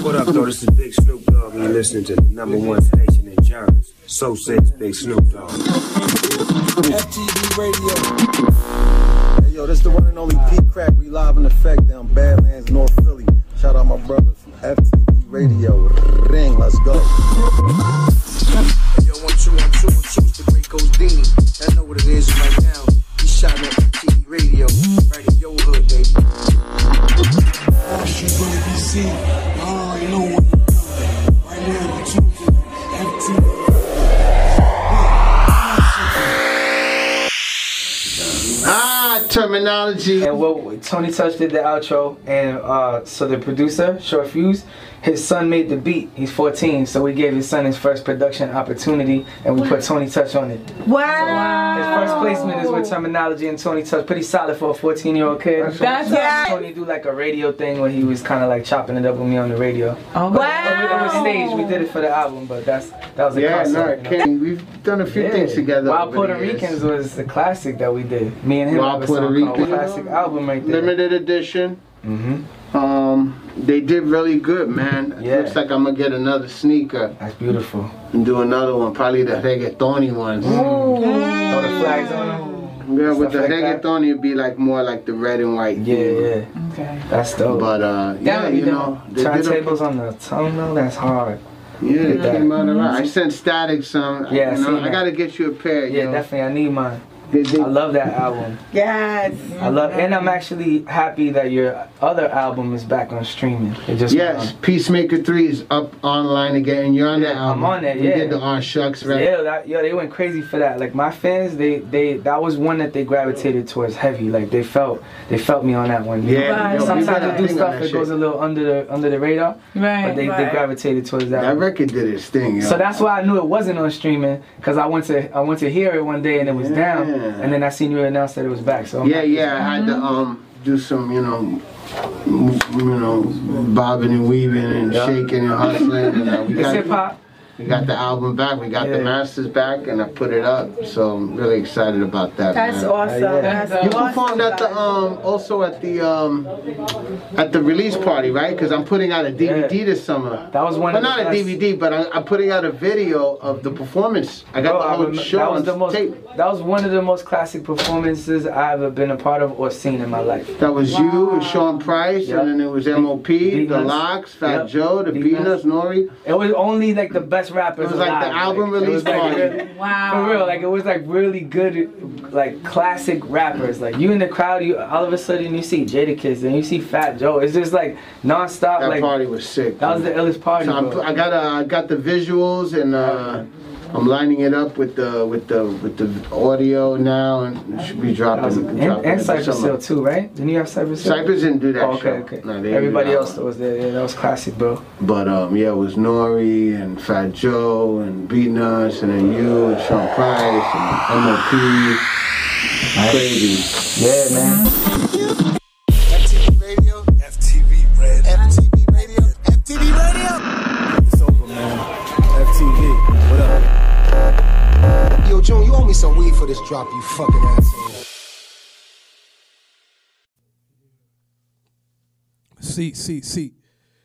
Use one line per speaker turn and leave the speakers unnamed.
What up, though? This is Big Snoop Dogg, and you're listening to the number one station in Germans. So says Big Snoop Dogg.
FTV Radio.
Hey, yo, this the one and only Pete Crack. We live in effect down Badlands, North Philly. Shout out my brothers from FTV Radio. Ring, let's go.
Yo, one, two, one, two, one, two, it's the great Goldini. I know what it is right now. He shot at TV radio, right in your hood, baby.
This is gonna be seen. Y'all already know what I'm doing. Right now, you're tuned to FTV.
Ah, terminology.
And well, Tony Touch did the outro, and uh, so the producer, Short Fuse, his son made the beat. He's 14, so we gave his son his first production opportunity, and we put Tony Touch on it.
Wow.
His first placement is
Oh.
with Terminology and Tony Touch. Pretty solid for a 14 year old kid.
That's yes.
Tony do like a radio thing where he was kind of like chopping it up with me on the radio.
Oh, Wow.
And we- It was staged. We did it for the album, but that's that was a
Yeah,
concept.
no,
you
it
know?
came. We've done a few
Yeah.
things together.
Wild
over the
Puerto
years.
Ricans was the classic that we did. Me and him.
Wild
have a song
Puerto
called
Rican.
Classic album right there.
Limited edition. Mm-hmm. Um, they did really good, man.
Yeah.
Looks like I'm gonna get another sneaker
That's beautiful.
and do another one, probably the reggaetoni ones.
Throw the flags on.
Yeah, with
Mm-hmm. Stuff
the
like that.
reggaetoni, it'd be like more like the red and white.
Yeah,
theme.
yeah.
Okay.
That's dope.
But uh, yeah,
That would
you
be
know,
dope.
they did a,
turntables on the tongue though. That's hard.
yeah, they
Yeah.
came out alright. I sent Static some.
Yeah, I
you know,
seen
I
that.
gotta get you a pair. you
Yeah,
know.
definitely. I need mine.
They- they-
I love that album.
Yes.
I love, and I'm actually happy that your other album is back on streaming. It just
Yes, Peacemaker 3 is up online again, and you're on that album.
I'm on that,
We
yeah.
did the R Shucks record.
Yeah, that, yo, they went crazy for that. Like my fans, they they that was one that they gravitated towards heavy. Like they felt they felt me on that one. you know?
Yeah,
Right.
yo, we
sometimes
got
I
a
do
thing on
stuff that
shit.
goes a little under the under the radar,
Right.
but they, they gravitated towards that.
That
one.
record did its thing, yo.
So that's why I knew it wasn't on streaming because I went to I went to hear it one day and it was down,
Yeah.
and then I seen you announce that it was back. So I'm
Yeah, yeah, I had to um do some, you know, m- you know, bobbing and weaving and
Yeah.
shaking and hustling. And, uh, we,
It's hip
got,
hop.
we got the album back, we got
Yeah.
the masters back, and I put it up. So I'm really excited about that.
That's
man.
awesome.
Yeah.
That's
You
awesome.
performed at the
uh,
um also at the um at the release party, right? Because I'm putting out a DVD
Yeah.
this summer.
That was one.
Well,
of the
not a
best-
DVD, but I, I'm putting out a video of the performance. I got
Bro,
the
Oh, I
whole
remem-
show
that was
on
the most.
tape.
That was one of the most classic performances I ever been a part of or seen in my life.
That was you and Sean Price,
Yep.
and then it was MOP, The
Beatnuts.
Locks, Fat
Yep.
Joe, The
Beatnuts.
Beatnuts, Nori.
It was only like the best
It
rappers.
was like the
alive,
album
like, it
release
was, like,
party.
really-
Wow.
For real, like it was like really good, like classic rappers. Like you in the crowd, you all of a sudden you see Jadakiss and you see Fat Joe. It's just like nonstop.
That
like
party was sick.
that was the illest party.
So I'm,
bro.
I got uh, I got the visuals and uh, I'm lining it up with the with the with the audio now, and it should be
That was-
dropping.
and,
dropping in
and
the
Cypress
summer.
Hill too, right? Didn't you have Cypress Hill?
Cypress didn't do that.
Oh, okay,
show.
okay.
No, they didn't do
Everybody
that
else
one.
that was there, yeah, that was classic, bro.
But um, yeah, it was Nori and Fat Joe and Beatnuts and then you and Sean Price and MOP. Crazy.
Yeah, man.
FTV Radio. FTV Red. FTV Radio. FTV Radio.
It's over, man. FTV, what up?
Yo, June, you owe me some weed for this drop, you fucking asshole.
See, see, see.